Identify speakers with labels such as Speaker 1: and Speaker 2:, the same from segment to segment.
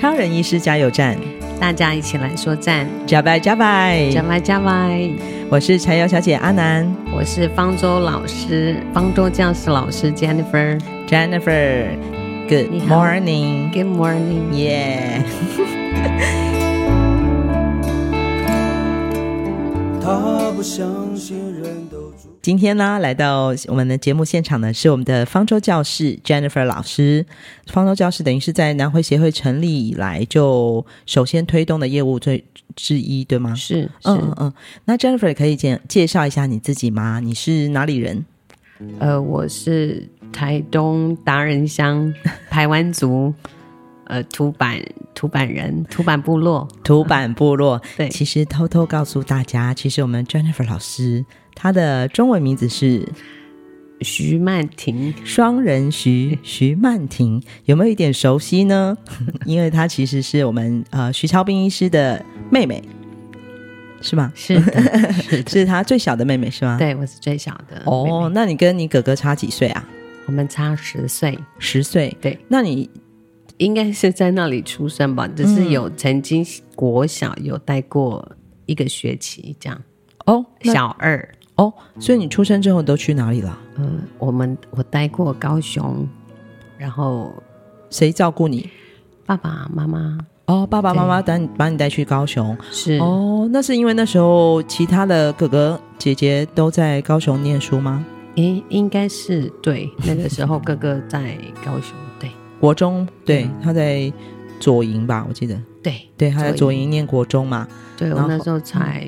Speaker 1: 超人医师加油站，
Speaker 2: 大家一起来说赞，
Speaker 1: 加拜加拜，
Speaker 2: 加外加外，
Speaker 1: 我是柴油小姐阿南
Speaker 2: 我是方舟老师，方舟教室老师 Jennifer。
Speaker 1: Jennifer。Good
Speaker 2: 你好
Speaker 1: morning，
Speaker 2: Good morning，
Speaker 1: 耶！
Speaker 3: 他不相信人都注
Speaker 1: 今天呢，来到我们的节目现场呢，是我们的方舟教室 Jennifer 老师。方舟教室等于是在南回协会成立以来就首先推动的业务最之一，对吗？
Speaker 2: 是是、
Speaker 1: 嗯嗯嗯。那 Jennifer 可以介介绍一下你自己吗？你是哪里 人？嗯
Speaker 2: 呃，我是台东达人 乡台湾族，呃，土版土版人，土版部落。
Speaker 1: 土版部落。
Speaker 2: 对
Speaker 1: 其实偷偷告诉大家，其实我们 Jennifer 老师她的中文名字是
Speaker 2: 徐曼婷，
Speaker 1: 双人 徐徐曼婷，有没有一点熟悉呢？ 因为她其实是我们呃徐超斌医师的妹妹，是吗？
Speaker 2: 是 的，是的，
Speaker 1: 是她最小的妹妹是吗？。
Speaker 2: 对我是最小的。妹
Speaker 1: 哦
Speaker 2: 妹，
Speaker 1: 那你跟你哥哥差几岁啊？
Speaker 2: 我们差十岁，
Speaker 1: 十岁。
Speaker 2: 对，
Speaker 1: 那你
Speaker 2: 应该是在那里出生吧，只
Speaker 1: 嗯
Speaker 2: 是有曾经国小有待过一个学期这样，
Speaker 1: 哦那
Speaker 2: 小二。
Speaker 1: 哦，所以你出生之后都去哪里了？
Speaker 2: 呃，我们我待过高雄，然后
Speaker 1: 谁照顾你？
Speaker 2: 爸爸妈妈
Speaker 1: 哦，爸爸妈妈带你把你带去高雄。
Speaker 2: 是、
Speaker 1: 哦，那是因为那时候其他的哥哥姐姐都在高雄念书吗？
Speaker 2: 诶，应该是对。那个时候哥哥在高雄，对
Speaker 1: 国中，对，他在左营吧，我记得，
Speaker 2: 对
Speaker 1: 对，他在
Speaker 2: 左
Speaker 1: 左
Speaker 2: 营
Speaker 1: 营念国中嘛。
Speaker 2: 对，我
Speaker 1: 然后
Speaker 2: 那时候才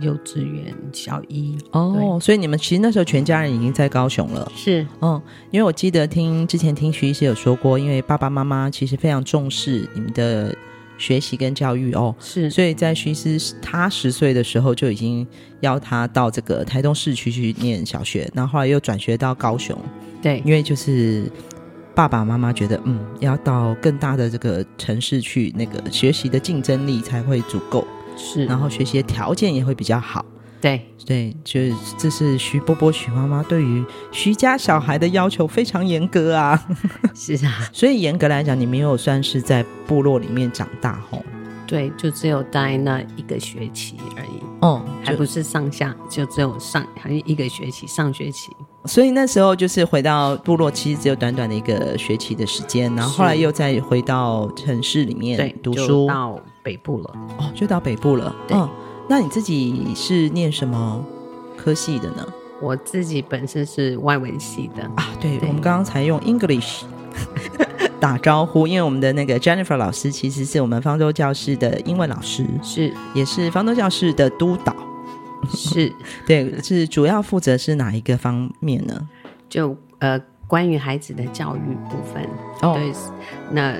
Speaker 2: 幼稚园小一，
Speaker 1: 哦，所以你们其实那时候全家人已经在高雄了。
Speaker 2: 是
Speaker 1: 嗯，因为我记得听之前听徐医师有说过，因为爸爸妈妈其实非常重视你们的学习跟教育哦，
Speaker 2: 是
Speaker 1: 所以在徐医师他十岁的时候就已经邀他到这个台东市区去念小学，然后后来又转学到高雄。
Speaker 2: 对
Speaker 1: 因为就是爸爸妈妈觉得，嗯，要到更大的这个城市去，那个学习的竞争力才会足够，
Speaker 2: 是，
Speaker 1: 然后学习的条件也会比较好。
Speaker 2: 对
Speaker 1: 对，就是这是徐波波、徐妈妈对于徐家小孩的要求非常严格啊，
Speaker 2: 是啊，
Speaker 1: 所以严格来讲，你没有算是在部落里面长大吼。
Speaker 2: 对，就只有待那一个学期而已，
Speaker 1: 哦，
Speaker 2: 还不是上下，就只有上还一个学期，上学期
Speaker 1: 所以那时候就是回到部落，其实只有短短的一个学期的时间，然后后来又再回到城市里
Speaker 2: 对
Speaker 1: 面读
Speaker 2: 就
Speaker 1: 书，
Speaker 2: 到北部了。
Speaker 1: 哦，就到北部了。
Speaker 2: 对
Speaker 1: 嗯，那你自己是念什么科系的呢？
Speaker 2: 我自己本身是外文系的，
Speaker 1: 啊，对
Speaker 2: 对
Speaker 1: 我们刚刚才用 English 打招呼，因为我们的那个 Jennifer 老师其实是我们方舟教室的英文老师，
Speaker 2: 是
Speaker 1: 也是方舟教室的督导。
Speaker 2: 是，
Speaker 1: 对，是主要负责是哪一个方面呢？
Speaker 2: 就呃关于孩子的教育部分，
Speaker 1: 哦
Speaker 2: 对，那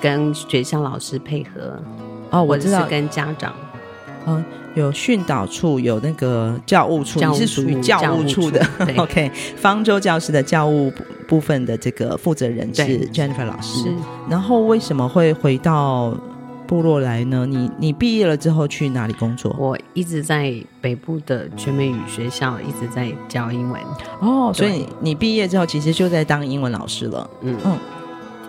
Speaker 2: 跟学校老师配合，
Speaker 1: 哦，我
Speaker 2: 或者
Speaker 1: 知
Speaker 2: 是
Speaker 1: 道嗯
Speaker 2: 跟家长，
Speaker 1: 有训导处，有那个教务处，
Speaker 2: 教务
Speaker 1: 你是属于
Speaker 2: 处
Speaker 1: 教
Speaker 2: 教务
Speaker 1: 务
Speaker 2: 处
Speaker 1: 处的。
Speaker 2: 对
Speaker 1: OK，方舟教室的教务部部分的这个负责人
Speaker 2: 对
Speaker 1: 是 Jennifer 老师。
Speaker 2: 是
Speaker 1: 然后为什么会回到部落来呢？你你毕业了之后去哪里工作？
Speaker 2: 我一直在北部的全美语学校一直在教英文，
Speaker 1: 哦，所
Speaker 2: 对
Speaker 1: 以你你毕业之后其实就在当英文老师了。
Speaker 2: 嗯
Speaker 1: 嗯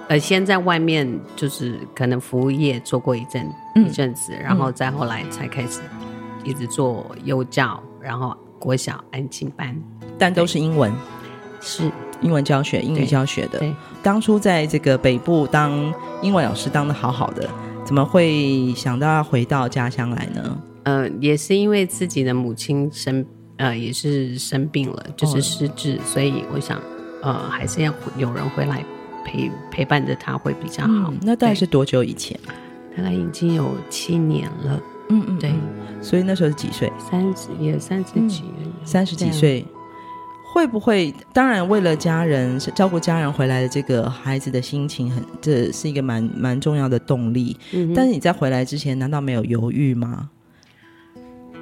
Speaker 2: 呃，先在外面就是可能服务业做过一阵、
Speaker 1: 嗯
Speaker 2: 一阵子，然后再后来才开始一直做幼教，然后国小安亲班，
Speaker 1: 但都是英文。
Speaker 2: 是
Speaker 1: 英文教学、英语
Speaker 2: 对
Speaker 1: 教学的。
Speaker 2: 对
Speaker 1: 当初在这个北部当英文老师当的好好的，怎么会想到要回到家乡来呢？
Speaker 2: 呃，也是因为自己的母亲生呃也是生病了，
Speaker 1: 哦
Speaker 2: 就是失智，所以我想呃还是要有人回来陪陪伴着她会比较好。
Speaker 1: 嗯，那大概
Speaker 2: 对
Speaker 1: 是多久以前？啊
Speaker 2: 大概已经有七年了，
Speaker 1: 嗯嗯，
Speaker 2: 对，
Speaker 1: 所以那时候是几岁？
Speaker 2: 三十也三十几而已，
Speaker 1: 三十
Speaker 2: 对
Speaker 1: 几
Speaker 2: 啊
Speaker 1: 岁，会不会？当然，为了家人照顾家人回来的这个孩子的心情很，这是一个蛮蛮重要的动力。
Speaker 2: 嗯哼
Speaker 1: 但是你在回来之前，难道没有犹豫吗？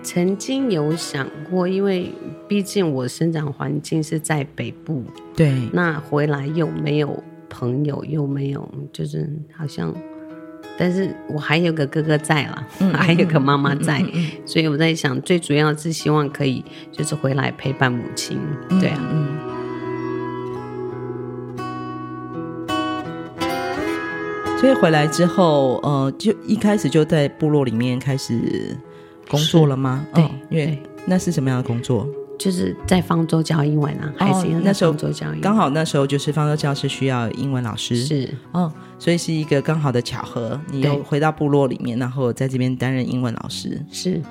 Speaker 2: 曾经有想过，因为毕竟我生长环境是在北部，
Speaker 1: 对，
Speaker 2: 那回来又没有朋友，又没有，就是好像，但是我还有个哥哥在啦，
Speaker 1: 嗯
Speaker 2: 还有个妈妈在，所以我在想，最主要是希望可以就是回来陪伴母亲，对啊，
Speaker 1: 嗯。所以回来之后，呃，就一开始就在部落里面开始工作了吗？
Speaker 2: 对
Speaker 1: 哦因为
Speaker 2: 对
Speaker 1: 那是什么样的工作？
Speaker 2: 就是在方舟教英文啊，还是要
Speaker 1: 哦那
Speaker 2: 在
Speaker 1: 时候
Speaker 2: 方舟教英文，
Speaker 1: 刚好那时候就是方舟教室需要英文老师，
Speaker 2: 是
Speaker 1: 哦，所以是一个刚好的巧合，你
Speaker 2: 对
Speaker 1: 又回到部落里面，然后在这边担任英文老师，
Speaker 2: 是，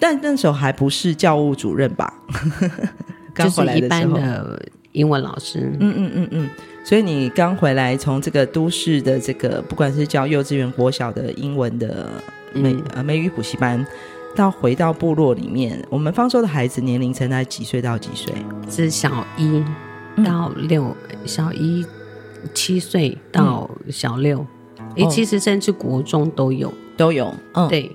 Speaker 1: 但那时候还不是教务主任 吧？
Speaker 2: 就
Speaker 1: 刚
Speaker 2: 是
Speaker 1: 回来
Speaker 2: 一
Speaker 1: 的时
Speaker 2: 般
Speaker 1: 候，
Speaker 2: 的英文老师，
Speaker 1: 嗯嗯嗯嗯，所以你刚回来，从这个都市的这个，不管是教幼稚园、国小的英文的美、
Speaker 2: 嗯
Speaker 1: 呃美语补习班，到回到部落里面，我们方舟的孩子年龄层在几岁到几岁？
Speaker 2: 是小一
Speaker 1: 嗯
Speaker 2: 到六，小一七岁到小六，诶、
Speaker 1: 嗯哦
Speaker 2: 其实甚至国中都有。
Speaker 1: 都有，嗯，
Speaker 2: 对，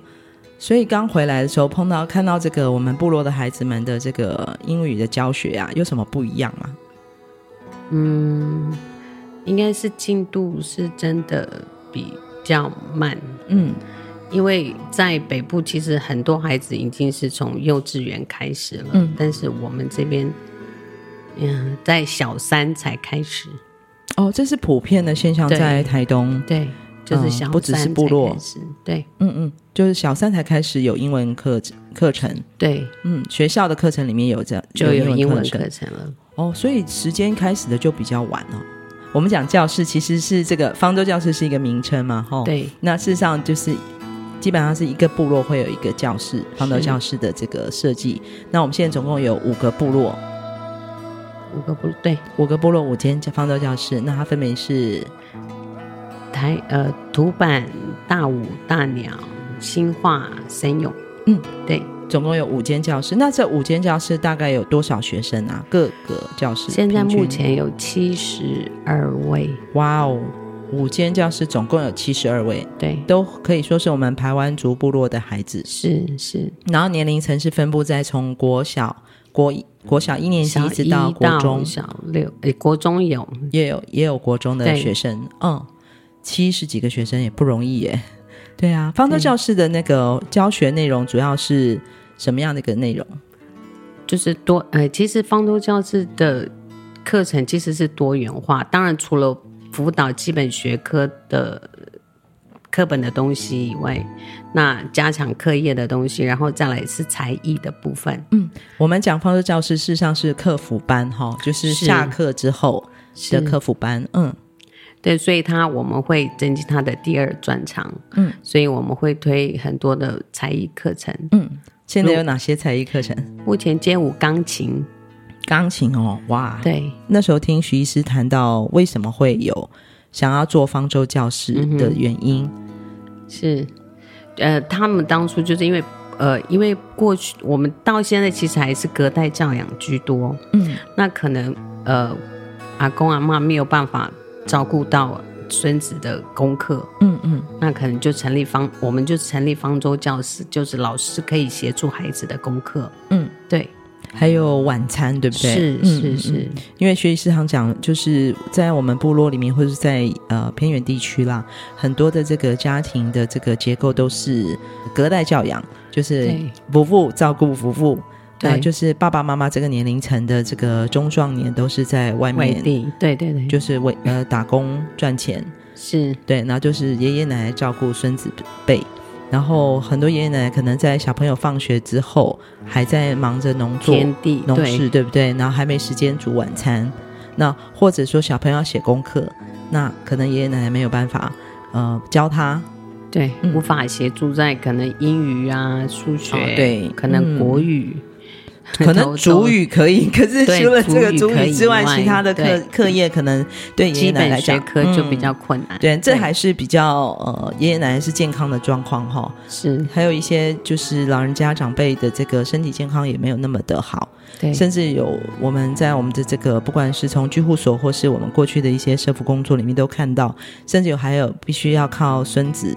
Speaker 1: 所以刚回来的时候碰到看到这个我们部落的孩子们的这个英语的教学啊，有什么不一样吗？
Speaker 2: 嗯，应该是进度是真的比较慢，
Speaker 1: 嗯，
Speaker 2: 因为在北部其实很多孩子已经是从幼稚园开始了，
Speaker 1: 嗯
Speaker 2: 但是我们这边，嗯，在小三才开始，
Speaker 1: 哦，这是普遍的现象，
Speaker 2: 对
Speaker 1: 在台东，
Speaker 2: 对，就是
Speaker 1: 嗯
Speaker 2: 小三、
Speaker 1: 不只是部落，
Speaker 2: 对
Speaker 1: 嗯嗯，就是小三才开始有英文课课程，
Speaker 2: 对，
Speaker 1: 嗯，学校的课程里面有这样
Speaker 2: 就有英文
Speaker 1: 程
Speaker 2: 课程了。
Speaker 1: 哦，所以时间开始的就比较晚了。我们讲教室其实是这个方舟教室是一个名称嘛，吼，，
Speaker 2: 对，
Speaker 1: 那事实上就是基本上是一个部落会有一个教室，方舟教室的这个设计。那我们现在总共有五个部落，
Speaker 2: 五个部对
Speaker 1: 五个部落五间方舟教室，那它分别是
Speaker 2: 台呃土版大武大鸟新化神勇，
Speaker 1: 嗯，
Speaker 2: 对，
Speaker 1: 总共有五间教室。那这五间教室大概有多少学生啊？各个教室
Speaker 2: 现在
Speaker 1: 平均
Speaker 2: 目前有七十二位，
Speaker 1: 哇哦，五间教室总共有七十二位，
Speaker 2: 对，
Speaker 1: 都可以说是我们排湾族部落的孩子。
Speaker 2: 是是
Speaker 1: 然后年龄层是分布在从国小、国一国小一年级
Speaker 2: 小
Speaker 1: 一直
Speaker 2: 一
Speaker 1: 到国中，
Speaker 2: 小六，诶，国中有
Speaker 1: 也有也有国中的
Speaker 2: 对
Speaker 1: 学生，嗯，七十几个学生也不容易耶。 对啊，方舟教室的那个教学内容主要是什么样的一个内容？
Speaker 2: 就是多呃，其实方舟教室的课程其实是多元化，当然除了辅导基本学科的呃课本的东西以外，那加强课业的东西，然后再来是才艺的部分，
Speaker 1: 我们讲方舟教室，事实上是客服班哈、就是
Speaker 2: 是
Speaker 1: 下课之后的
Speaker 2: 是
Speaker 1: 客服班。嗯，
Speaker 2: 对，所以他我们会增进他的第二专长，
Speaker 1: 嗯，
Speaker 2: 所以我们会推很多的才艺课程。
Speaker 1: 嗯现在有哪些才艺课程？
Speaker 2: 目前街舞钢琴，
Speaker 1: 钢琴哦，哇，
Speaker 2: 对，
Speaker 1: 那时候听徐医师谈到为什么会有想要做方舟教室
Speaker 2: 嗯
Speaker 1: 的原因，
Speaker 2: 是，呃，他们当初就是因为，呃，因为过去我们到现在其实还是隔代教养居多，
Speaker 1: 嗯，
Speaker 2: 那可能呃，阿公阿妈没有办法照顾到孙子的功课，
Speaker 1: 嗯嗯，
Speaker 2: 那可能就成立方，我们就成立方舟教室，就是老师可以协助孩子的功课，
Speaker 1: 嗯，
Speaker 2: 对，
Speaker 1: 还有晚餐，对不对？
Speaker 2: 是
Speaker 1: 嗯
Speaker 2: 是
Speaker 1: 嗯
Speaker 2: 是。
Speaker 1: 嗯因为学习食堂讲，就是在我们部落里面，或者是在呃偏远地区啦，很多的这个家庭的这个结构都是隔代教养，就是
Speaker 2: 对
Speaker 1: 伯父照顾夫妇，
Speaker 2: 对
Speaker 1: 那就是爸爸妈妈这个年龄层的这个中壮年都是在外
Speaker 2: 外
Speaker 1: 面，
Speaker 2: 地，对对对，
Speaker 1: 就是为呃打工赚钱，
Speaker 2: 是
Speaker 1: 对，然后就是爷爷奶奶照顾孙子辈，然后很多爷爷奶奶可能在小朋友放学之后还在忙着农作、
Speaker 2: 天地
Speaker 1: 农
Speaker 2: 对
Speaker 1: 事，对不对？然后还没时间煮晚餐。那或者说小朋友要写功课，那可能爷爷奶奶没有办法呃教他，
Speaker 2: 对，
Speaker 1: 嗯
Speaker 2: 无法协助在可能英语啊、数学，
Speaker 1: 哦对
Speaker 2: 可能国语，
Speaker 1: 可能主语可以，可是
Speaker 2: 对
Speaker 1: 除了这个
Speaker 2: 主
Speaker 1: 主
Speaker 2: 语可以
Speaker 1: 语之外
Speaker 2: 以，外
Speaker 1: 其他的课
Speaker 2: 对
Speaker 1: 课业可能对爷
Speaker 2: 基
Speaker 1: 爷奶奶
Speaker 2: 本
Speaker 1: 来
Speaker 2: 学
Speaker 1: 讲
Speaker 2: 科就比较
Speaker 1: 嗯
Speaker 2: 困难。
Speaker 1: 对，这还是比较呃，爷爷奶奶是健康的状况哈、
Speaker 2: 是
Speaker 1: 还有一些就是老人家长辈的这个身体健康也没有那么的好，
Speaker 2: 对，
Speaker 1: 甚至有我们在我们的这个不管是从居护所或是我们过去的一些社服工作里面都看到，甚至有还有必须要靠孙子、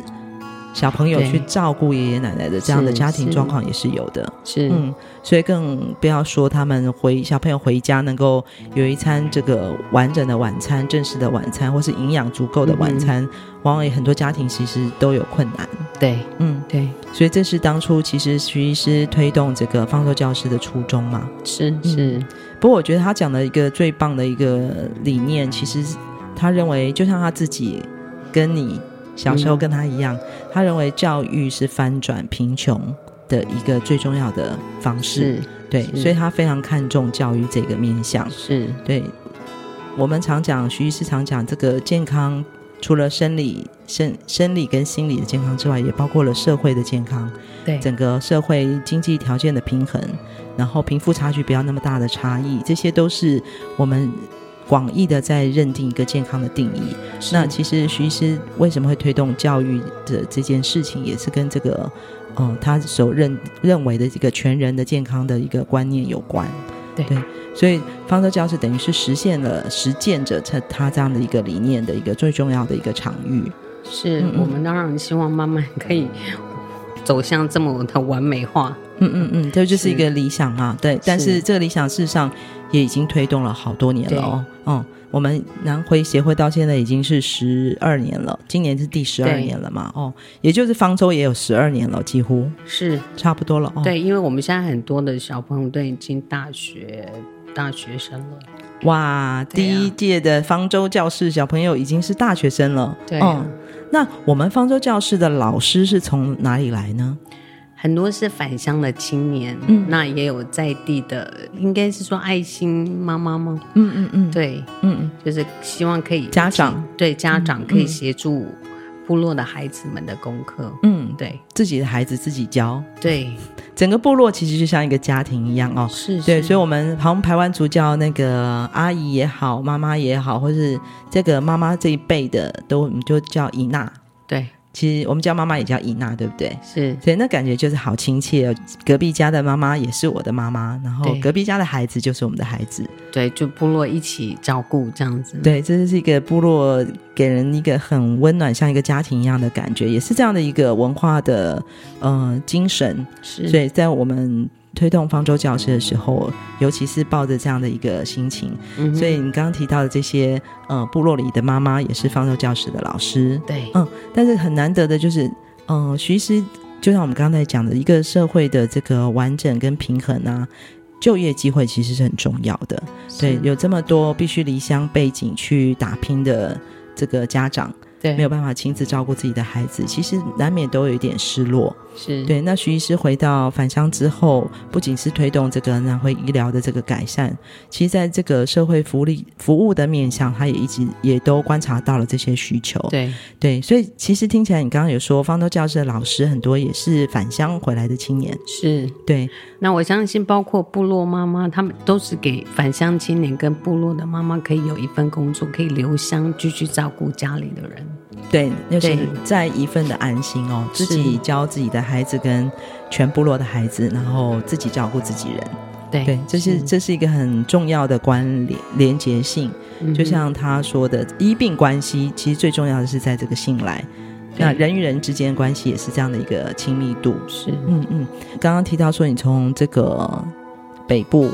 Speaker 1: 小朋友
Speaker 2: 对
Speaker 1: 去照顾爷爷奶奶的这样的
Speaker 2: 是
Speaker 1: 家庭
Speaker 2: 是
Speaker 1: 状况也是有的。
Speaker 2: 是、
Speaker 1: 嗯，所以更不要说他们回小朋友回家能够有一餐这个完整的晚餐、正式的晚餐，或是营养足够的晚餐，
Speaker 2: 嗯
Speaker 1: 往往也很多家庭其实都有困难。
Speaker 2: 对
Speaker 1: 嗯，
Speaker 2: 对
Speaker 1: 所以这是当初其实徐医师推动这个放售教师的初衷嘛。
Speaker 2: 是
Speaker 1: 嗯
Speaker 2: 是、
Speaker 1: 不过我觉得他讲的一个最棒的一个理念，其实是他认为就像他自己跟你小时候
Speaker 2: 嗯
Speaker 1: 跟他一样，他认为教育是翻转贫穷的一个最重要的方式。
Speaker 2: 是
Speaker 1: 对，
Speaker 2: 是
Speaker 1: 所以他非常看重教育这个面向。
Speaker 2: 是
Speaker 1: 对，我们常讲，徐医师常讲，这个健康除了生理、生生理跟心理的健康之外，也包括了社会的健康，
Speaker 2: 对
Speaker 1: 整个社会经济条件的平衡，然后贫富差距不要那么大的差异，这些都是我们。广义的在认定一个健康的定义，
Speaker 2: 是
Speaker 1: 那其实徐医师为什么会推动教育的这件事情，也是跟这个，嗯、他所认认为的这个全人的健康的一个观念有关。
Speaker 2: 对
Speaker 1: 所以方舟教室等于是实现了实践者他他这样的一个理念的一个最重要的一个场域。
Speaker 2: 是
Speaker 1: 嗯嗯
Speaker 2: 我们当然希望慢慢可以走向这么的完美化。
Speaker 1: 嗯嗯嗯，这就是一个理想嘛，对。但是这个理想事实上也已经推动了好多年了哦。嗯，我们南回协会到现在已经是十二年了，今年是第十二
Speaker 2: 对
Speaker 1: 年了嘛，哦，也就是方舟也有十二年了，几乎
Speaker 2: 是
Speaker 1: 差不多了哦。，
Speaker 2: 对，因为我们现在很多的小朋友都已经大学大学生了。
Speaker 1: 哇，
Speaker 2: 对啊
Speaker 1: 第一届的方舟教室小朋友已经是大学生了。
Speaker 2: 对啊
Speaker 1: 嗯，那我们方舟教室的老师是从哪里来呢？
Speaker 2: 很多是返乡的青年，
Speaker 1: 嗯
Speaker 2: 那也有在地的，应该是说爱心妈妈吗？
Speaker 1: 嗯嗯嗯
Speaker 2: 对，
Speaker 1: 嗯嗯，
Speaker 2: 就是希望可以
Speaker 1: 家长嗯
Speaker 2: 对家长可以协助部落的孩子们的功课。
Speaker 1: 嗯，
Speaker 2: 对
Speaker 1: 自己的孩子自己教，
Speaker 2: 对
Speaker 1: 整个部落其实就像一个家庭一样哦。
Speaker 2: 是，
Speaker 1: 对，
Speaker 2: 是
Speaker 1: 所以，我们好像排湾族叫那个阿姨也好，妈妈也好，或是这个妈妈这一辈的，都我们就叫姨娜。
Speaker 2: 对
Speaker 1: 其实我们叫妈妈也叫姨娜，对不对？
Speaker 2: 是
Speaker 1: 所以那感觉就是好亲切哦。隔壁家的妈妈也是我的妈妈，然后
Speaker 2: 对
Speaker 1: 隔壁家的孩子就是我们的孩子。
Speaker 2: 对，就部落一起照顾这样子。
Speaker 1: 对，这就是一个部落给人一个很温暖，像一个家庭一样的感觉，也是这样的一个文化的呃精神。所
Speaker 2: 是
Speaker 1: 以在我们推动方舟教师的时候，尤其是抱着这样的一个心情，
Speaker 2: 嗯哼
Speaker 1: 所以你刚刚提到的这些呃部落里的妈妈也是方舟教师的老师，
Speaker 2: 对
Speaker 1: 嗯但是很难得的就是，嗯、徐医师就像我们刚才讲的，一个社会的这个完整跟平衡啊。就业机会其实是很重要的，对，
Speaker 2: 是
Speaker 1: 有这么多必须离乡背景去打拼的这个家长，
Speaker 2: 对
Speaker 1: 没有办法亲自照顾自己的孩子，其实难免都有一点失落。
Speaker 2: 是
Speaker 1: 对，那徐医师回到返乡之后，不仅是推动这个南回医疗的这个改善，其实在这个社会福利服务的面向，他也一直也都观察到了这些需求。
Speaker 2: 对
Speaker 1: 对所以其实听起来你刚刚有说，方舟教室的老师很多也是返乡回来的青年。
Speaker 2: 是。
Speaker 1: 对，
Speaker 2: 那我相信，包括部落妈妈，他们都是给返乡青年跟部落的妈妈可以有一份工作，可以留乡继续照顾家里的人。
Speaker 1: 对，就是
Speaker 2: 对
Speaker 1: 在一份的安心哦，自己
Speaker 2: 是
Speaker 1: 教自己的孩子跟全部落的孩子，然后自己照顾自己人。
Speaker 2: 对，
Speaker 1: 对，这是这是一个很重要的关联连结性。
Speaker 2: 嗯
Speaker 1: 就像他说的，医病关系其实最重要的是在这个信赖，
Speaker 2: 对
Speaker 1: 那人与人之间的关系也是这样的一个亲密度。
Speaker 2: 是
Speaker 1: 嗯嗯，刚刚提到说你从这个北部，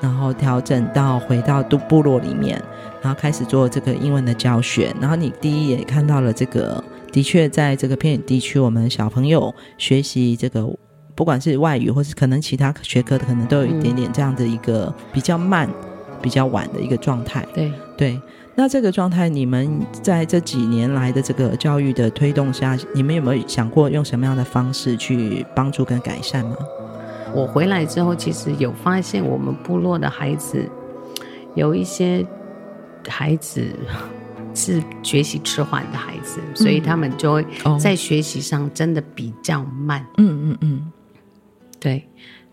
Speaker 1: 然后调整到回到都部落里面，然后开始做这个英文的教学，然后你第一也看到了这个，的确在这个偏远地区，我们小朋友学习这个。不管是外语，或是可能其他学科的，可能都有一点点这样的一个比较慢、比较晚的一个状态。
Speaker 2: 对
Speaker 1: 对，那这个状态，你们在这几年来的这个教育的推动下，你们有没有想过用什么样的方式去帮助跟改善吗？
Speaker 2: 我回来之后，其实有发现我们部落的孩子有一些孩子是学习迟缓的孩子，所以他们就会
Speaker 1: 哦
Speaker 2: 在学习上真的比较慢。
Speaker 1: 嗯嗯嗯，
Speaker 2: 对，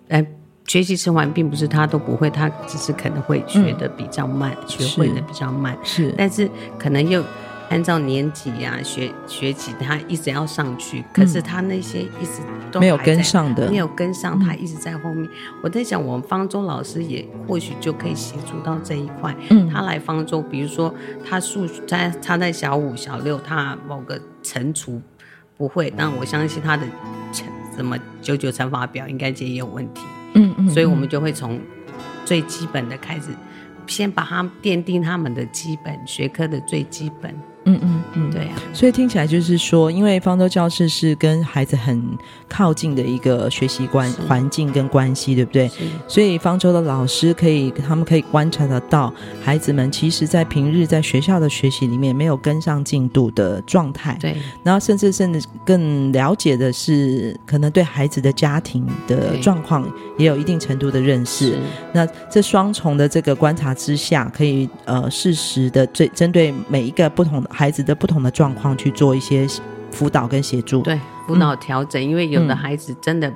Speaker 2: 呃，学习迟缓并不是他都不会，他只是可能会学的比较慢，学会的比较慢，
Speaker 1: 是，
Speaker 2: 但是可能又按照年级啊、学学级，他一直要上去，可是他那些一直都
Speaker 1: 没有
Speaker 2: 还
Speaker 1: 跟
Speaker 2: 在
Speaker 1: 上的
Speaker 2: 没有跟上，他一直在后面。我在想，我们方舟老师也或许就可以协助到这一块。
Speaker 1: 嗯
Speaker 2: 他来方舟，比如说他数学在他在小五、小六，他某个乘除不会，但我相信他的乘什么九九乘法表应该也有问题，
Speaker 1: 嗯嗯，
Speaker 2: 所以我们就会从最基本的开始。先把他奠定他们的基本学科的最基本，
Speaker 1: 嗯嗯嗯，
Speaker 2: 对啊，
Speaker 1: 所以听起来就是说，因为方舟教室是跟孩子很靠近的一个学习关
Speaker 2: 是
Speaker 1: 环境跟关系，对不对？
Speaker 2: 是
Speaker 1: 所以方舟的老师可以，他们可以观察得到，孩子们其实在平日在学校的学习里面没有跟上进度的状态，
Speaker 2: 对
Speaker 1: 然后甚至甚至更了解的是，可能对孩子的家庭的
Speaker 2: 对
Speaker 1: 状况也有一定程度的认识。那这双重的这个观察之下，可以呃适时的针针对每一个不同的孩子的不同的状况去做一些辅导跟协助。
Speaker 2: 对，辅导调整，因为有
Speaker 1: 嗯
Speaker 2: 的孩子真的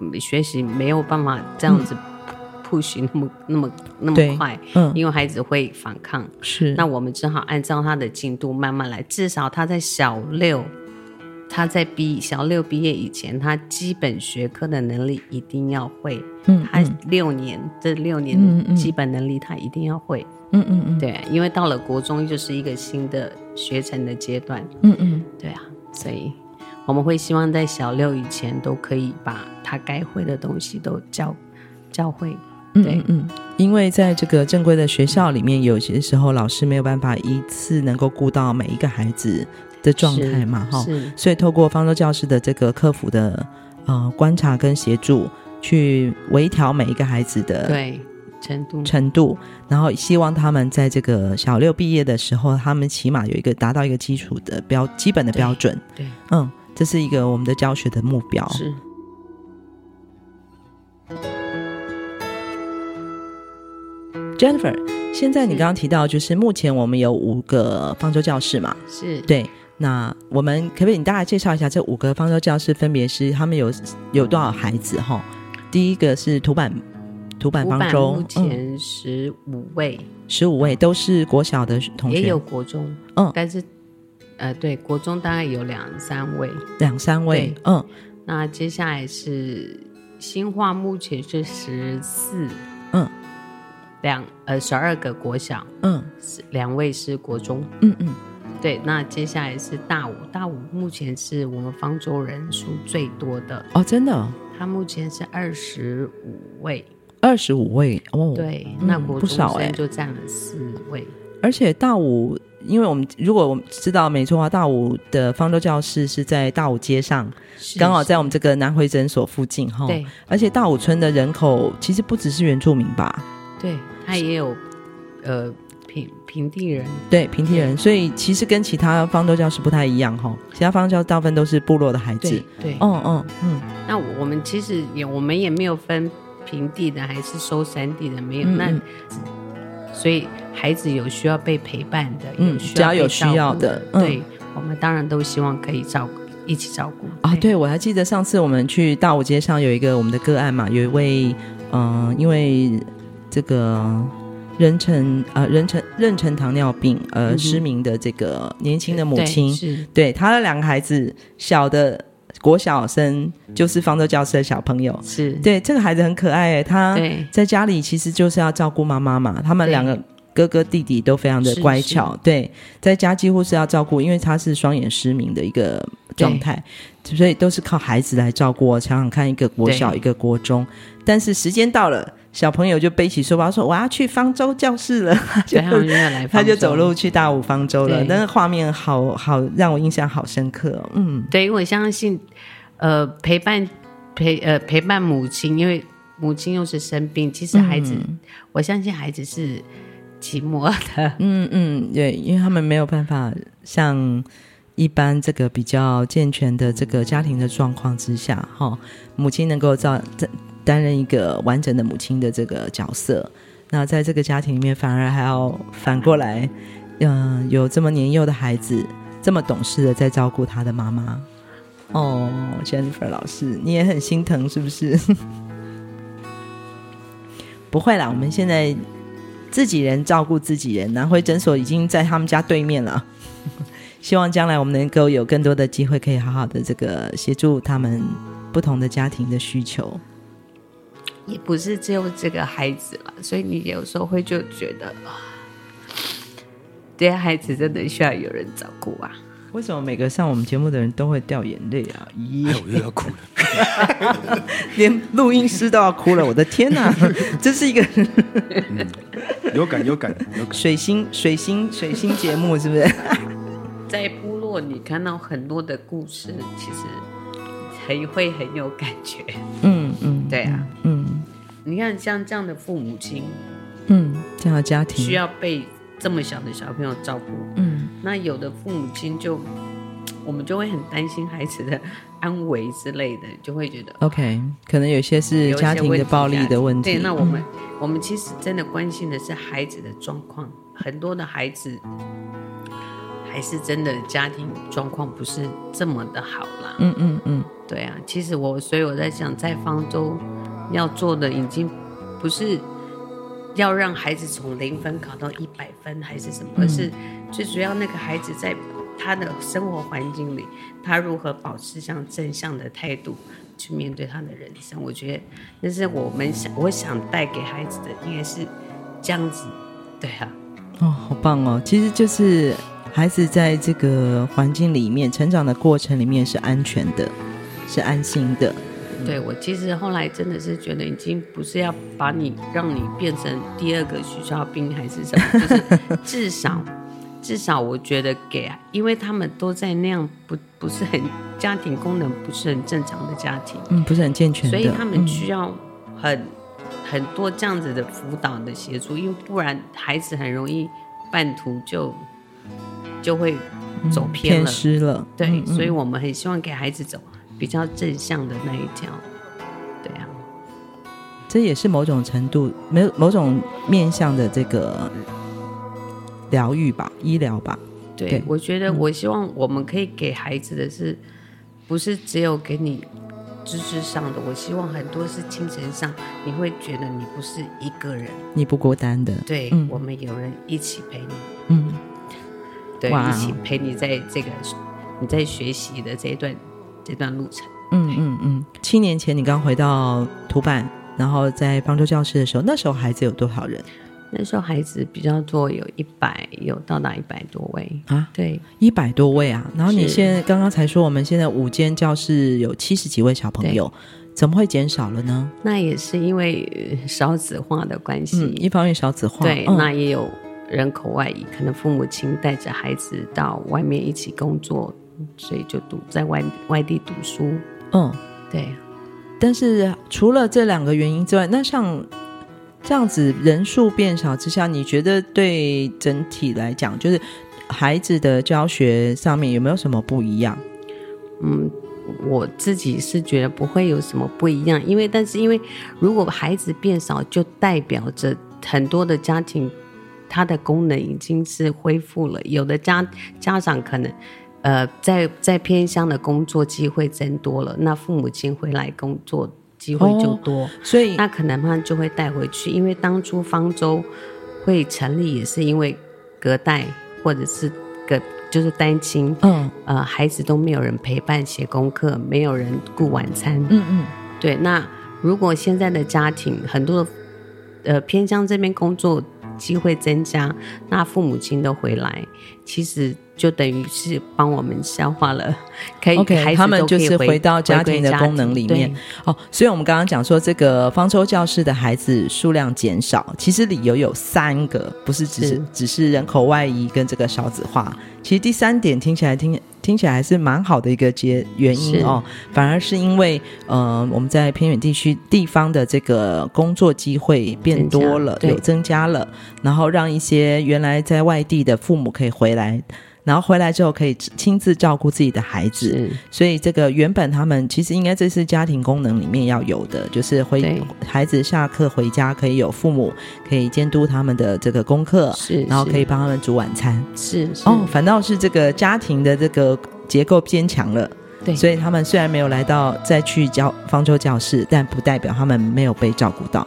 Speaker 2: 嗯学习没有办法这样子 push 那么、那么那
Speaker 1: 嗯对
Speaker 2: 么快，
Speaker 1: 嗯，
Speaker 2: 因为孩子会反抗。
Speaker 1: 是
Speaker 2: 那我们只好按照他的进度慢慢来，至少他在小六，他在毕小六毕业以前，他基本学科的能力一定要会。
Speaker 1: 嗯
Speaker 2: 他六年、这六年
Speaker 1: 嗯嗯
Speaker 2: 的基本能力他一定要会。
Speaker 1: 嗯嗯嗯
Speaker 2: 对，因为到了国中就是一个新的学成的阶段。
Speaker 1: 嗯嗯
Speaker 2: 对啊，所以我们会希望在小六以前都可以把他该会的东西都教教会。
Speaker 1: 嗯
Speaker 2: 对
Speaker 1: 嗯嗯，因为在这个正规的学校里面，有些时候老师没有办法一次能够顾到每一个孩子的状态嘛，哈，
Speaker 2: 是
Speaker 1: 所以透过方舟教室的这个客服的呃观察跟协助，去微调每一个孩子的
Speaker 2: 对程度，
Speaker 1: 程度，然后希望他们在这个小六毕业的时候，他们起码有一个达到一个基础的标基本的标准。
Speaker 2: 对
Speaker 1: 嗯，这是一个我们的教学的目标。
Speaker 2: 是。
Speaker 1: Jennifer，现在你
Speaker 2: 是
Speaker 1: 刚刚提到，就是目前我们有五个方舟教室嘛？
Speaker 2: 是，
Speaker 1: 对，那我们可不可以你大概介绍一下这五个方舟教室分别是他们有有多少孩子？哈，第一个是土板土板
Speaker 2: 五
Speaker 1: 方
Speaker 2: 版
Speaker 1: 舟
Speaker 2: 目，
Speaker 1: 嗯，
Speaker 2: 前十五位，
Speaker 1: 十五位都是国小的同学，
Speaker 2: 也有国中，
Speaker 1: 嗯
Speaker 2: 但是呃，对，国中大概有两三位。
Speaker 1: 两三位
Speaker 2: 对，
Speaker 1: 嗯
Speaker 2: 那接下来是新化，目前是十四，
Speaker 1: 嗯，
Speaker 2: 两呃十二个国小，
Speaker 1: 嗯
Speaker 2: 两位是国中。
Speaker 1: 嗯嗯，
Speaker 2: 对，那接下来是大武，大武目前是我们方舟人数最多的，
Speaker 1: 哦，真的哦、
Speaker 2: 他目前是二十五位，
Speaker 1: 二十五位哦，，
Speaker 2: 对，
Speaker 1: 嗯
Speaker 2: 那国
Speaker 1: 不
Speaker 2: 中
Speaker 1: 少欸
Speaker 2: 生就占了四位，
Speaker 1: 而且大五，因为我们如果我们知道没错的话，大五的方舟教室是在大武街上，
Speaker 2: 是
Speaker 1: 刚好在我哦们这个南回诊所附近哈。
Speaker 2: 对，
Speaker 1: 而且大武村的人口其实不只是原住民吧，
Speaker 2: 对，他也有呃平平地人，
Speaker 1: 对，平地人，所以其实跟其他方舟教室不太一样哈。其他方舟教室大部分都是部落的孩
Speaker 2: 对
Speaker 1: 子。
Speaker 2: 对，
Speaker 1: 嗯嗯嗯
Speaker 2: 哦那我们其实也我们也没有分平地的还是收山地的，没
Speaker 1: 嗯
Speaker 2: 有、
Speaker 1: 嗯
Speaker 2: 那，所以孩子有需要被陪伴的，
Speaker 1: 嗯
Speaker 2: 需
Speaker 1: 只要
Speaker 2: 被
Speaker 1: 有需
Speaker 2: 照顾
Speaker 1: 要的
Speaker 2: 的，
Speaker 1: 嗯
Speaker 2: 对我们当然都希望可以照顾，一起照顾
Speaker 1: 啊，对，我还记得上次我们去大武街上有一个我们的个案嘛，有一位嗯、呃因为这个妊娠呃妊娠妊娠糖尿病呃、
Speaker 2: 嗯哼
Speaker 1: 失明的这个年轻的母
Speaker 2: 对
Speaker 1: 亲，
Speaker 2: 是
Speaker 1: 对她的两个孩子，小的国小生就是方舟教室的小朋友，
Speaker 2: 是，
Speaker 1: 对这个孩子很可爱诶，他
Speaker 2: 对
Speaker 1: 在家里其实就是要照顾妈妈嘛，他们
Speaker 2: 对
Speaker 1: 两个。哥哥弟弟都非常的
Speaker 2: 是
Speaker 1: 乖巧，对，在家几乎是要照顾，因为他是双眼失明的一个状态，所以都是靠孩子来照顾。想想看，一个国小，
Speaker 2: 对
Speaker 1: 一个国中，但是时间到了，小朋友就背起书包说：“我要去方舟教室 了。”他就
Speaker 2: 对，他们就要来，
Speaker 1: 他就走。路去大武方舟了，
Speaker 2: 对
Speaker 1: 那个画面好好让我印象好深刻哦、嗯，
Speaker 2: 对，因为我相信，呃，陪伴陪呃陪伴母亲，因为母亲又是生病，其实孩子，我相信孩子是寂寞的，
Speaker 1: 嗯嗯，对，因为他们没有办法像一般这个比较健全的这个家庭的状况之下，呃哈、母亲能够造担担任一个完整的母亲的这个角色，那在这个家庭里面，反而还要反过来，嗯、有这么年幼的孩子，这么懂事的在照顾他的妈妈。哦，Jennifer 老师，你也很心疼是不是？ 不会啦，我们现在自己人照顾自己人，南辉诊所已经在他们家对面了。 希望将来我们能够有更多的机会，可以好好的这个协助他们不同的家庭的需求。
Speaker 2: 也不是只有这个孩子了，所以你有时候会就觉得，啊这些孩子真的需要有人照顾啊。
Speaker 1: 为什么每个上我们节目的人都会掉眼泪啊？咦
Speaker 3: 哎，，我又要哭了。
Speaker 1: 连录音师都要哭了，我的天哪！ 这是一个
Speaker 3: 有感有感有感，
Speaker 1: 水星水星水星节目，是不是？
Speaker 2: 在部落，你看到很多的故事，其实很会很有感觉。
Speaker 1: 嗯嗯，
Speaker 2: 对啊，
Speaker 1: 嗯
Speaker 2: 你看像这样的父母亲，
Speaker 1: 嗯，这样的家庭
Speaker 2: 需要被这么小的小朋友照顾，
Speaker 1: 嗯
Speaker 2: 那有的父母亲就，我们就会很担心孩子的安危之类的，就会觉得
Speaker 1: ，OK，可能有些是
Speaker 2: 有一些
Speaker 1: 家庭
Speaker 2: 问
Speaker 1: 的
Speaker 2: 题啊
Speaker 1: 暴力的问题。嗯
Speaker 2: 对，那我们、我们其实真的关心的是孩子的状况，很多的孩子还是真的家庭状况不是这么的好啦。
Speaker 1: 嗯嗯嗯
Speaker 2: 对啊，其实我所以我在想，在方舟要做的已经不是要让孩子从零分考到一百分还是什么，而是最主要那个孩子在他的生活环境里，他如何保持像正向的态度去面对他的人生。我觉得那是我们想我想带给孩子的，应该是这样子。对啊，
Speaker 1: 哦，好棒哦！其实就是孩子在这个环境里面成长的过程里面是安全的，是安心的。
Speaker 2: 对我其实后来真的是觉得，已经不是要把你让你变成第二个徐小兵还是什么，就是 至少至少我觉得给，因为他们都在那样不不是很家庭功能不是很正常的家庭，
Speaker 1: 嗯，不是很健全的，嗯
Speaker 2: 所以他们需要很、很多这样子的辅导的协助，因为不然孩子很容易半途就就会走
Speaker 1: 嗯
Speaker 2: 偏
Speaker 1: 偏
Speaker 2: 了。
Speaker 1: 失了。
Speaker 2: 对，所以我们很希望给孩子走比较正向的那一条。对啊，
Speaker 1: 这也是某种程度、某某种面向的这个疗愈吧，医疗吧。
Speaker 2: 对，
Speaker 1: 对嗯
Speaker 2: 我觉得我希望我们可以给孩子的是，不是只有给你知识上的，我希望很多是精神上，你会觉得你不是一个人，
Speaker 1: 你不孤单的，
Speaker 2: 对、
Speaker 1: 嗯
Speaker 2: 我们有人一起陪你，
Speaker 1: 嗯，
Speaker 2: 对，
Speaker 1: 哇哦
Speaker 2: 一起陪你在这个你在学习的这一段这段路程。
Speaker 1: 嗯嗯嗯。七年前你刚回到土板，然后在方舟教室的时候，那时候孩子有多少人
Speaker 2: 那时候孩子比较多，有一百，有到达一百多位。
Speaker 1: 啊？
Speaker 2: 对，
Speaker 1: 一百多位啊！然后你
Speaker 2: 是
Speaker 1: 现在刚刚才说，我们现在五间教室有七十几位小朋友，怎么会减少了呢？
Speaker 2: 那也是因为呃少子化的关系，
Speaker 1: 嗯，一方面少子化，
Speaker 2: 对，
Speaker 1: 嗯
Speaker 2: 那也有人口外移，可能父母亲带着孩子到外面一起工作，所以就读在外外地读书。
Speaker 1: 嗯。
Speaker 2: 对，
Speaker 1: 但是除了这两个原因之外，那像这样子人数变少之下，你觉得对整体来讲，就是孩子的教学上面有没有什么不一样？
Speaker 2: 我自己是觉得不会有什么不一样，因为但是因为如果孩子变少，就代表着很多的家庭它的功能已经是恢复了，有的家家长可能。呃，在在偏乡的工作机会增多了，那父母亲回来工作机会就
Speaker 1: 哦
Speaker 2: 多。
Speaker 1: 所以，
Speaker 2: 那可能他就会带回去，因为当初方舟会成立也是因为隔代或者是隔就是单亲，
Speaker 1: 嗯
Speaker 2: 呃，孩子都没有人陪伴写功课，没有人顾晚餐。
Speaker 1: 嗯嗯，
Speaker 2: 对，那如果现在的家庭很多的呃偏乡这边工作机会增加，那父母亲都回来，其实就等于是帮我们消化了，可以
Speaker 1: OK，
Speaker 2: 孩子
Speaker 1: 他们
Speaker 2: 都可以
Speaker 1: 就是回到家庭的
Speaker 2: 回归
Speaker 1: 功能里
Speaker 2: 对
Speaker 1: 面哦，所以我们刚刚讲说，这个方舟教室的孩子数量减少，其实理由有三个，不是只是
Speaker 2: 是
Speaker 1: 只是人口外移跟这个少子化。其实第三点听起来听听起来还是蛮好的一个结原因
Speaker 2: 是
Speaker 1: 哦，反而是因为呃我们在偏远地区地方的这个工作机会变
Speaker 2: 增加
Speaker 1: 多了，
Speaker 2: 对
Speaker 1: 有增加了，然后让一些原来在外地的父母可以回来。然后回来之后可以亲自照顾自己的孩子。
Speaker 2: 是
Speaker 1: 所以这个原本他们其实应该这是家庭功能里面要有的，就是回
Speaker 2: 对
Speaker 1: 孩子下课回家可以有父母可以监督他们的这个功课，
Speaker 2: 是，
Speaker 1: 然后
Speaker 2: 是
Speaker 1: 可以帮他们煮晚餐。
Speaker 2: 是是
Speaker 1: 哦，反倒是这个家庭的这个结构坚强了。
Speaker 2: 对
Speaker 1: 所以他们虽然没有来到再去教方舟教室，但不代表他们没有被照顾到。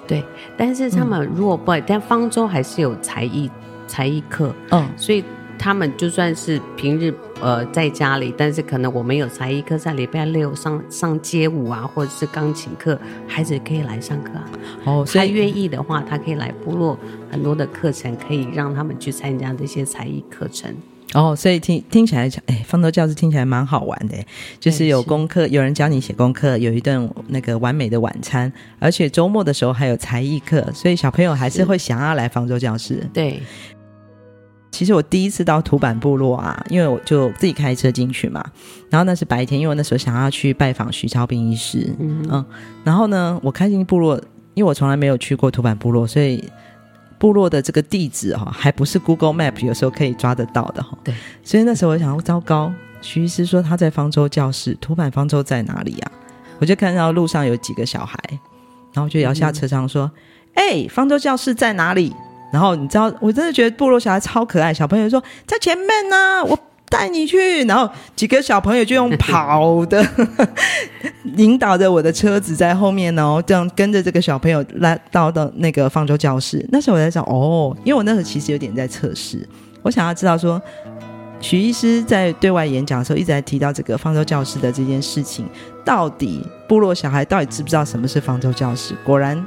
Speaker 2: 但是
Speaker 1: 嗯
Speaker 2: 他们如果不，但方舟还是有才艺才艺课，
Speaker 1: 嗯，
Speaker 2: 所以他们就算是平日呃在家里，但是可能我们有才艺课，在礼拜六上上街舞啊，或者是钢琴课，孩子可以来上课啊。
Speaker 1: 哦，所
Speaker 2: 他
Speaker 1: 以
Speaker 2: 愿意的话，他可以来部落很多的课程，可以让他们去参加这些才艺课程。
Speaker 1: 哦，所以听听起来，哎，方舟教室听起来蛮好玩的，就是
Speaker 2: 对
Speaker 1: 有
Speaker 2: 是
Speaker 1: 功课，有人教你写功课，有一顿那个完美的晚餐，而且周末的时候还有才艺课，所以小朋友还是
Speaker 2: 是
Speaker 1: 会想要来方舟教室。
Speaker 2: 对，
Speaker 1: 其实我第一次到土坂部落啊，因为我就自己开车进去嘛，然后那是白天，因为我那时候想要去拜访徐超斌医师，
Speaker 2: 嗯
Speaker 1: 嗯然后呢，我开进部落，因为我从来没有去过土坂部落，所以部落的这个地址哈、哦，还不是 Google Map 有时候可以抓得到的哈、
Speaker 2: 对，
Speaker 1: 所以那时候我想，糟糕，徐医师说他在方舟教室，土坂方舟在哪里啊？我就看到路上有几个小孩，然后就摇下车窗说：“
Speaker 2: 嗯
Speaker 1: 哎、方舟教室在哪里？”然后你知道，我真的觉得部落小孩超可爱，小朋友说在前面呢、我带你去。然后几个小朋友就用跑的引导着我的车子在后面哦，这样跟着这个小朋友来到到那个方舟教室。那时候我在想，哦，因为我那时候其实有点在测试，我想要知道说。许医师在对外演讲的时候，一直在提到这个方舟教室的这件事情，到底部落小孩到底知不知道什么是方舟教室？果然，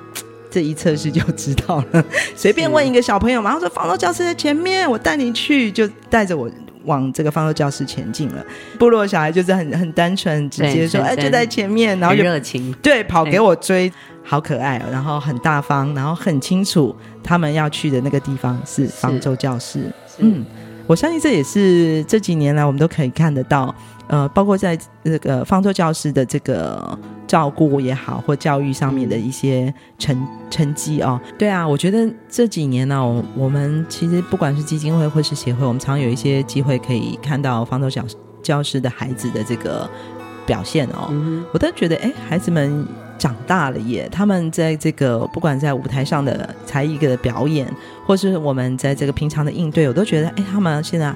Speaker 1: 这一测试就知道了。随便问一个小朋友嘛，然后说方舟教室在前面，我带你去，就带着我往这个方舟教室前进了。部落小孩就是很很单纯，很直接
Speaker 2: 对
Speaker 1: 说，
Speaker 2: 很
Speaker 1: 哎，就
Speaker 2: 单
Speaker 1: 在 前面，然后就
Speaker 2: 很热情。
Speaker 1: 对跑给我追，好可爱、哦，然后很大方，然后很清楚他们要去的那个地方是方舟教室。嗯，我相信这也是这几年来我们都可以看得到，呃，包括在那个方舟教师的这个照顾也好，或教育上面的一些成成绩哦。对啊，我觉得这几年呢、我我们其实不管是基金会或是协会，我们常有一些机会可以看到方舟教教师的孩子的这个表现哦。
Speaker 2: 嗯哼，
Speaker 1: 我都觉得，哎，孩子们长大了耶，他们在这个不管在舞台上的才艺的表演，或是我们在这个平常的应对，我都觉得，哎，他们现在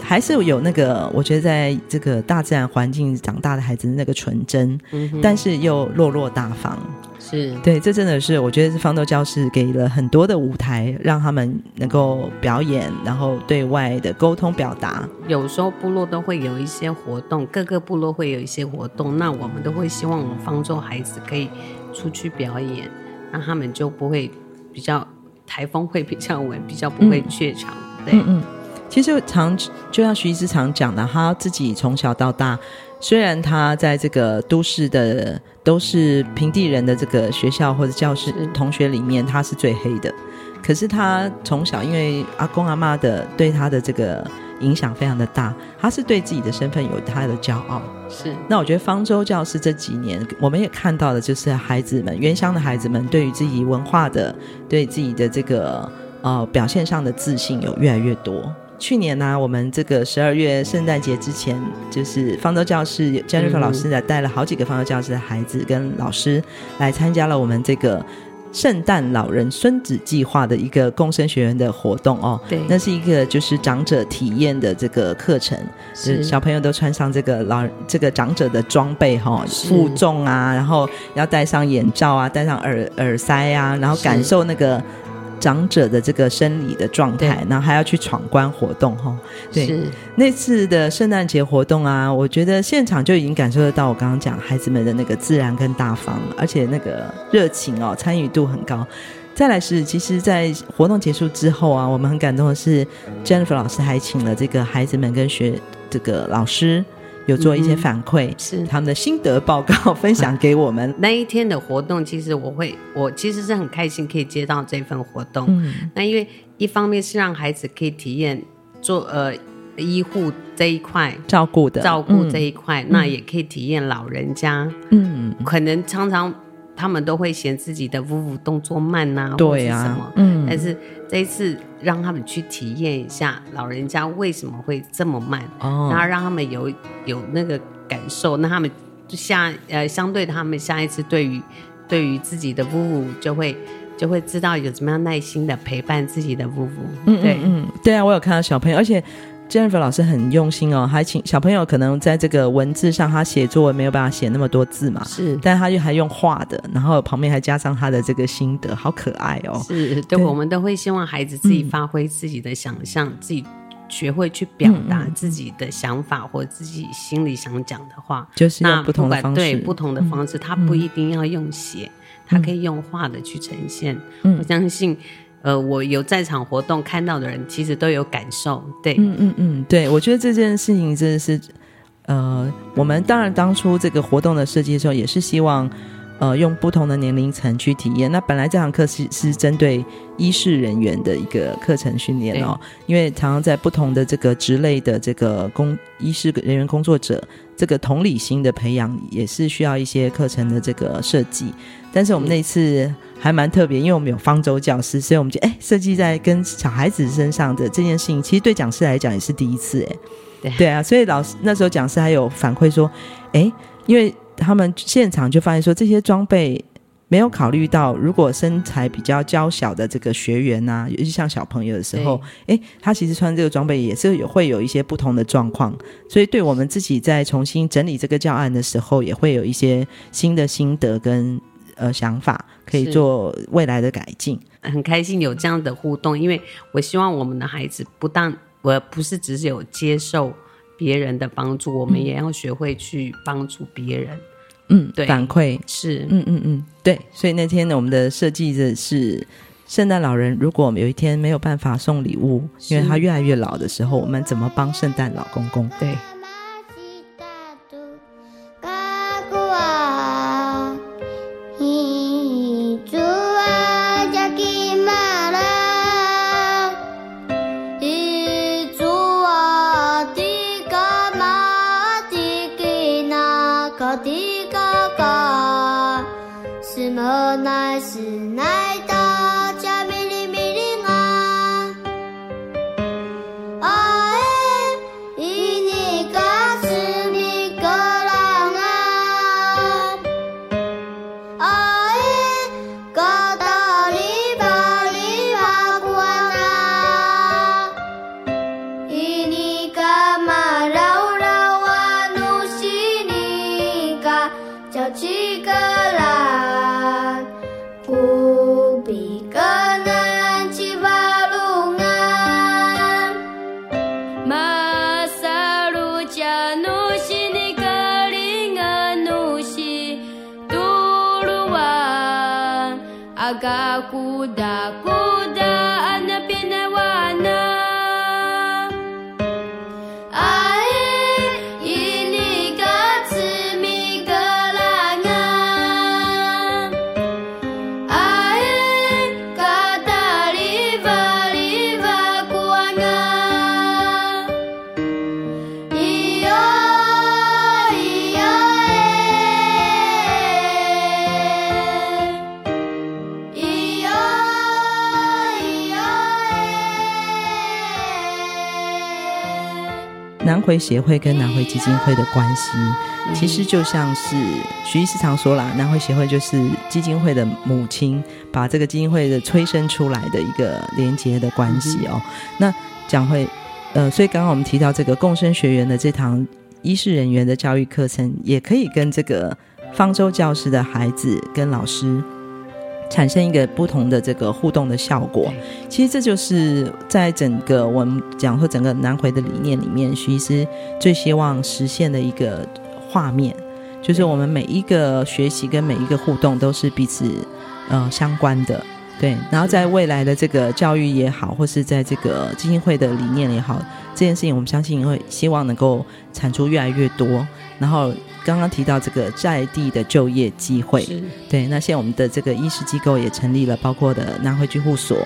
Speaker 1: 还是有那个，我觉得在这个大自然环境长大的孩子的那个纯真，
Speaker 2: 嗯哼
Speaker 1: 但是又落落大方。
Speaker 2: 是
Speaker 1: 对，这真的是我觉得是方豆教室给了很多的舞台，让他们能够表演，然后对外的沟通表达。
Speaker 2: 有时候部落都会有一些活动，各个部落会有一些活动，那我们都会希望我们方舟孩子可以出去表演，那他们就不会比较台风会比较稳，比较不会怯场。对，
Speaker 1: 嗯嗯，其实常就像徐医师常讲的，他自己从小到大，虽然他在这个都市的都是平地人的这个学校或者教室
Speaker 2: 是
Speaker 1: 同学里面，他是最黑的。可是他从小因为阿公阿妈的对他的这个影响非常的大，他是对自己的身份有他的骄傲。
Speaker 2: 是
Speaker 1: 那我觉得方舟教室这几年，我们也看到的就是孩子们原乡的孩子们对于自己文化的、对自己的这个呃表现上的自信有越来越多。去年呢、我们这个十二月圣诞节之前，就是方舟教室 Jennifer
Speaker 2: 嗯
Speaker 1: 老师呢带了好几个方舟教室的孩子跟老师来参加了我们这个圣诞老人孙子计划的一个共生学员的活动哦。
Speaker 2: 对，
Speaker 1: 那是一个就是长者体验的这个课程，就是
Speaker 2: 是
Speaker 1: 小朋友都穿上这个老这个长者的装备哈、
Speaker 2: 是
Speaker 1: 负重啊，然后要戴上眼罩啊，戴上耳耳塞啊，然后
Speaker 2: 是
Speaker 1: 感受那个长者的这个生理的状态，然后还要去闯关活动哈、对
Speaker 2: 是
Speaker 1: 那次的圣诞节活动啊，我觉得现场就已经感受得到我刚刚讲孩子们的那个自然跟大方，而且那个热情哦，参与度很高。再来是，其实，在活动结束之后啊，我们很感动的是，Jennifer 老师还请了这个孩子们跟学这个老师有做一些
Speaker 2: 嗯哼
Speaker 1: 反馈，
Speaker 2: 是。
Speaker 1: 他们的心得报告分享给我们。
Speaker 2: 那一天的活动，其实我会，我其实是很开心可以接到这份活动。
Speaker 1: 嗯，
Speaker 2: 那因为一方面是让孩子可以体验做呃医护这一块，
Speaker 1: 照顾的嗯
Speaker 2: 照顾这
Speaker 1: 一
Speaker 2: 一块，那也可以体验老人家。
Speaker 1: 嗯
Speaker 2: 可能常常他们都会嫌自己的舞舞动作慢呐、或者
Speaker 1: 对
Speaker 2: 是什
Speaker 1: 啊
Speaker 2: 么，，
Speaker 1: 嗯，
Speaker 2: 但是这一次让他们去体验一下老人家为什么会这么慢，然
Speaker 1: 哦，
Speaker 2: 后让他们有有那个感受，那他们就下呃相对他们下一次对于对于自己的呜呜就会就会知道有怎么样耐心的陪伴自己的呜呜，
Speaker 1: 嗯
Speaker 2: 对
Speaker 1: 嗯，嗯，对啊，我有看到小朋友，而且 Jennifer 老师很用心哦，还请小朋友可能在这个文字上，他写作文没有办法写那么多字嘛，
Speaker 2: 是
Speaker 1: 但他又还用画的，然后旁边还加上他的这个心得，好可爱哦。
Speaker 2: 是，对，
Speaker 1: 对
Speaker 2: 我们都会希望孩子自己发挥自己的想象，自己学会去表达
Speaker 1: 嗯
Speaker 2: 自己的想法、或自己心里想讲的话。
Speaker 1: 就是
Speaker 2: 那
Speaker 1: 用不同的
Speaker 2: 管
Speaker 1: 方
Speaker 2: 对
Speaker 1: 式，嗯
Speaker 2: 不同的方式，他不一定要用写，他可以用画的去呈现。
Speaker 1: 嗯
Speaker 2: 我相信，呃，我有在场活动看到的人，其实都有感受。对，
Speaker 1: 嗯嗯嗯，对，我觉得这件事情真的是，呃，我们当然当初这个活动的设计的时候，也是希望，呃，用不同的年龄层去体验。那本来这堂课是是针对医事人员的一个课程训练哦，因为常常在不同的这个职类的这个工医师人员工作者，这个同理心的培养也是需要一些课程的这个设计。但是我们那一次还蛮特别，因为我们有方舟教师，所以我们就哎设计在跟小孩子身上的这件事情，其实对讲师来讲也是第一次哎。
Speaker 2: 对
Speaker 1: 啊，所以老师那时候讲师还有反馈说，哎，因为他们现场就发现说这些装备。没有考虑到，如果身材比较娇小的这个学员呐、尤其像小朋友的时候，哎，他其实穿这个装备也是有会有一些不同的状况，所以对我们自己在重新整理这个教案的时候，也会有一些新的心得跟呃想法，可以
Speaker 2: 是
Speaker 1: 做未来的改进。
Speaker 2: 很开心有这样的互动，因为我希望我们的孩子不但我不是只是有接受别人的帮助，我们也要学会去帮助别人。
Speaker 1: 嗯，
Speaker 2: 对
Speaker 1: 反馈，
Speaker 2: 是，
Speaker 1: 嗯嗯嗯，对。所以那天呢，我们的设计的是圣诞老人，如果我们有一天没有办法送礼物，因为
Speaker 2: 是
Speaker 1: 他越来越老的时候，我们怎么帮圣诞老公公？
Speaker 2: 对。
Speaker 4: 「かくはひつはじゃきまら」「ひつはてかまてきなかてかか」「すまないすないとちゃみりみりが」Ae, ini kasmi karangan. Ae, katari bari wakuana. Ini kamarau rawanu sini ka caci kelan. Kubi kanan cibalungan. Masarucha nushi ni karinga nushi turuwan aga kuda kuda anapinawana ae ini katsumi kalangan Ae katariva-riva kuanga Iyo, iyo e Iyo, iyo e
Speaker 1: 南回协会跟南回基金会的关系，其实就像是徐医师常说啦，南回协会就是基金会的母亲，把这个基金会的催生出来的一个连接的关系哦。那讲回，呃，所以刚刚我们提到这个共生学员的这堂医事人员的教育课程，也可以跟这个方舟教室的孩子跟老师。产生一个不同的这个互动的效果，其实这就是在整个我们讲说整个南回的理念里面，徐医师最希望实现的一个画面，就是我们每一个学习跟每一个互动都是彼此呃相关的。对，然后在未来的这个教育也好，或是在这个基金会的理念也好，这件事情我们相信会希望能够产出越来越多。然后刚刚提到这个在地的就业机会，
Speaker 2: 是
Speaker 1: 对，那现在我们的这个医师机构也成立了，包括的南汇居护所、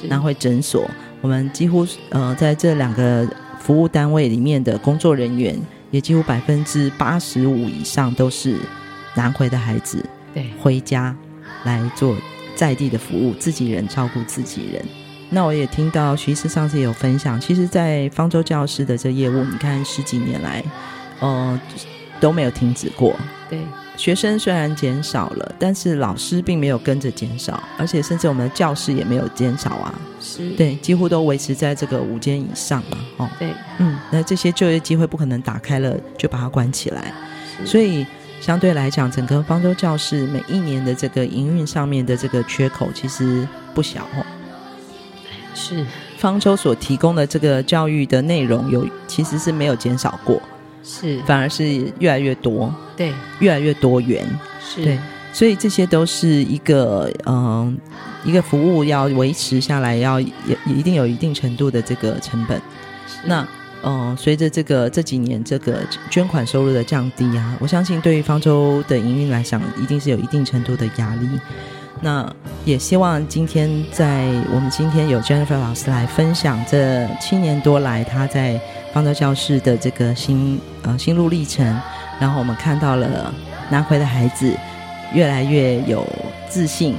Speaker 2: 是
Speaker 1: 南汇诊所，我们几乎呃在这两个服务单位里面的工作人员，也几乎百分之八十五以上都是南回的孩子。
Speaker 2: 对，
Speaker 1: 回家来做在地的服务，自己人照顾自己人。那我也听到徐医师上次也有分享，其实，在方舟教师的这业务，你看十几年来，呃，都没有停止过。
Speaker 2: 对，
Speaker 1: 学生虽然减少了，但是老师并没有跟着减少，而且甚至我们的教室也没有减少啊。
Speaker 2: 是，
Speaker 1: 对，几乎都维持在这个五间以上嘛。哦，
Speaker 2: 对，
Speaker 1: 嗯，那这些就业机会不可能打开了就把它关起来，
Speaker 2: 是
Speaker 1: 所以相对来讲，整个方舟教室每一年的这个营运上面的这个缺口其实不小哦。
Speaker 2: 是
Speaker 1: 方舟所提供的这个教育的内容有其实是没有减少过，
Speaker 2: 是，
Speaker 1: 反而是越来越多，
Speaker 2: 对，
Speaker 1: 越来越多元。
Speaker 2: 是，
Speaker 1: 对所以这些都是一个嗯，一个服务要维持下来，要也一定有一定程度的这个成本。那嗯，随着这个这几年这个捐款收入的降低啊，我相信对于方舟的营运来讲，一定是有一定程度的压力。那也希望今天在我们今天有 Jennifer 老师来分享这七年多来他在方舟教室的这个心呃心路历程，然后我们看到了南回的孩子越来越有自信，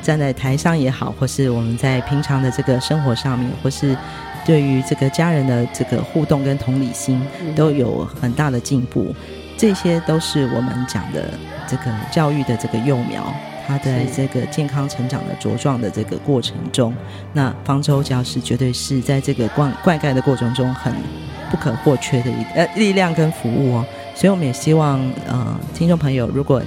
Speaker 1: 站在台上也好，或是我们在平常的这个生活上面，或是对于这个家人的这个互动跟同理心，
Speaker 2: 嗯
Speaker 1: 都有很大的进步。这些都是我们讲的这个教育的这个幼苗，它在这个健康成长的茁壮的这个过程中，那方舟教室绝对是在这个灌灌溉的过程中很不可或缺的一呃力量跟服务哦。所以我们也希望呃听众朋友，如果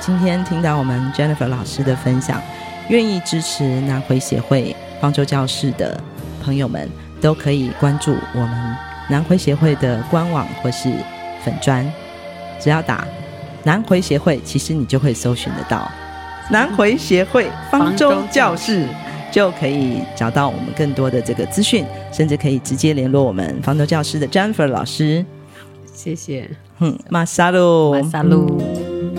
Speaker 1: 今天听到我们 Jennifer 老师的分享，愿意支持南回协会方舟教室的朋友们，都可以关注我们南回协会的官网或是粉砖，只要打“南回协会”，其实你就会搜寻得到“南回协会方舟教室”，就可以找到我们更多的这个资讯，甚至可以直接联络我们方舟教室的 Jennifer 老师。
Speaker 2: 谢谢，
Speaker 1: 嗯，马萨路，
Speaker 2: 马萨路。
Speaker 1: 嗯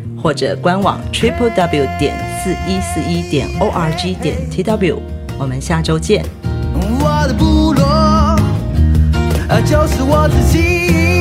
Speaker 1: 或者官网 triple w 点四一四一点 o r g 点 t w，我们下周见。
Speaker 5: 我的部落，呃，就是我自己。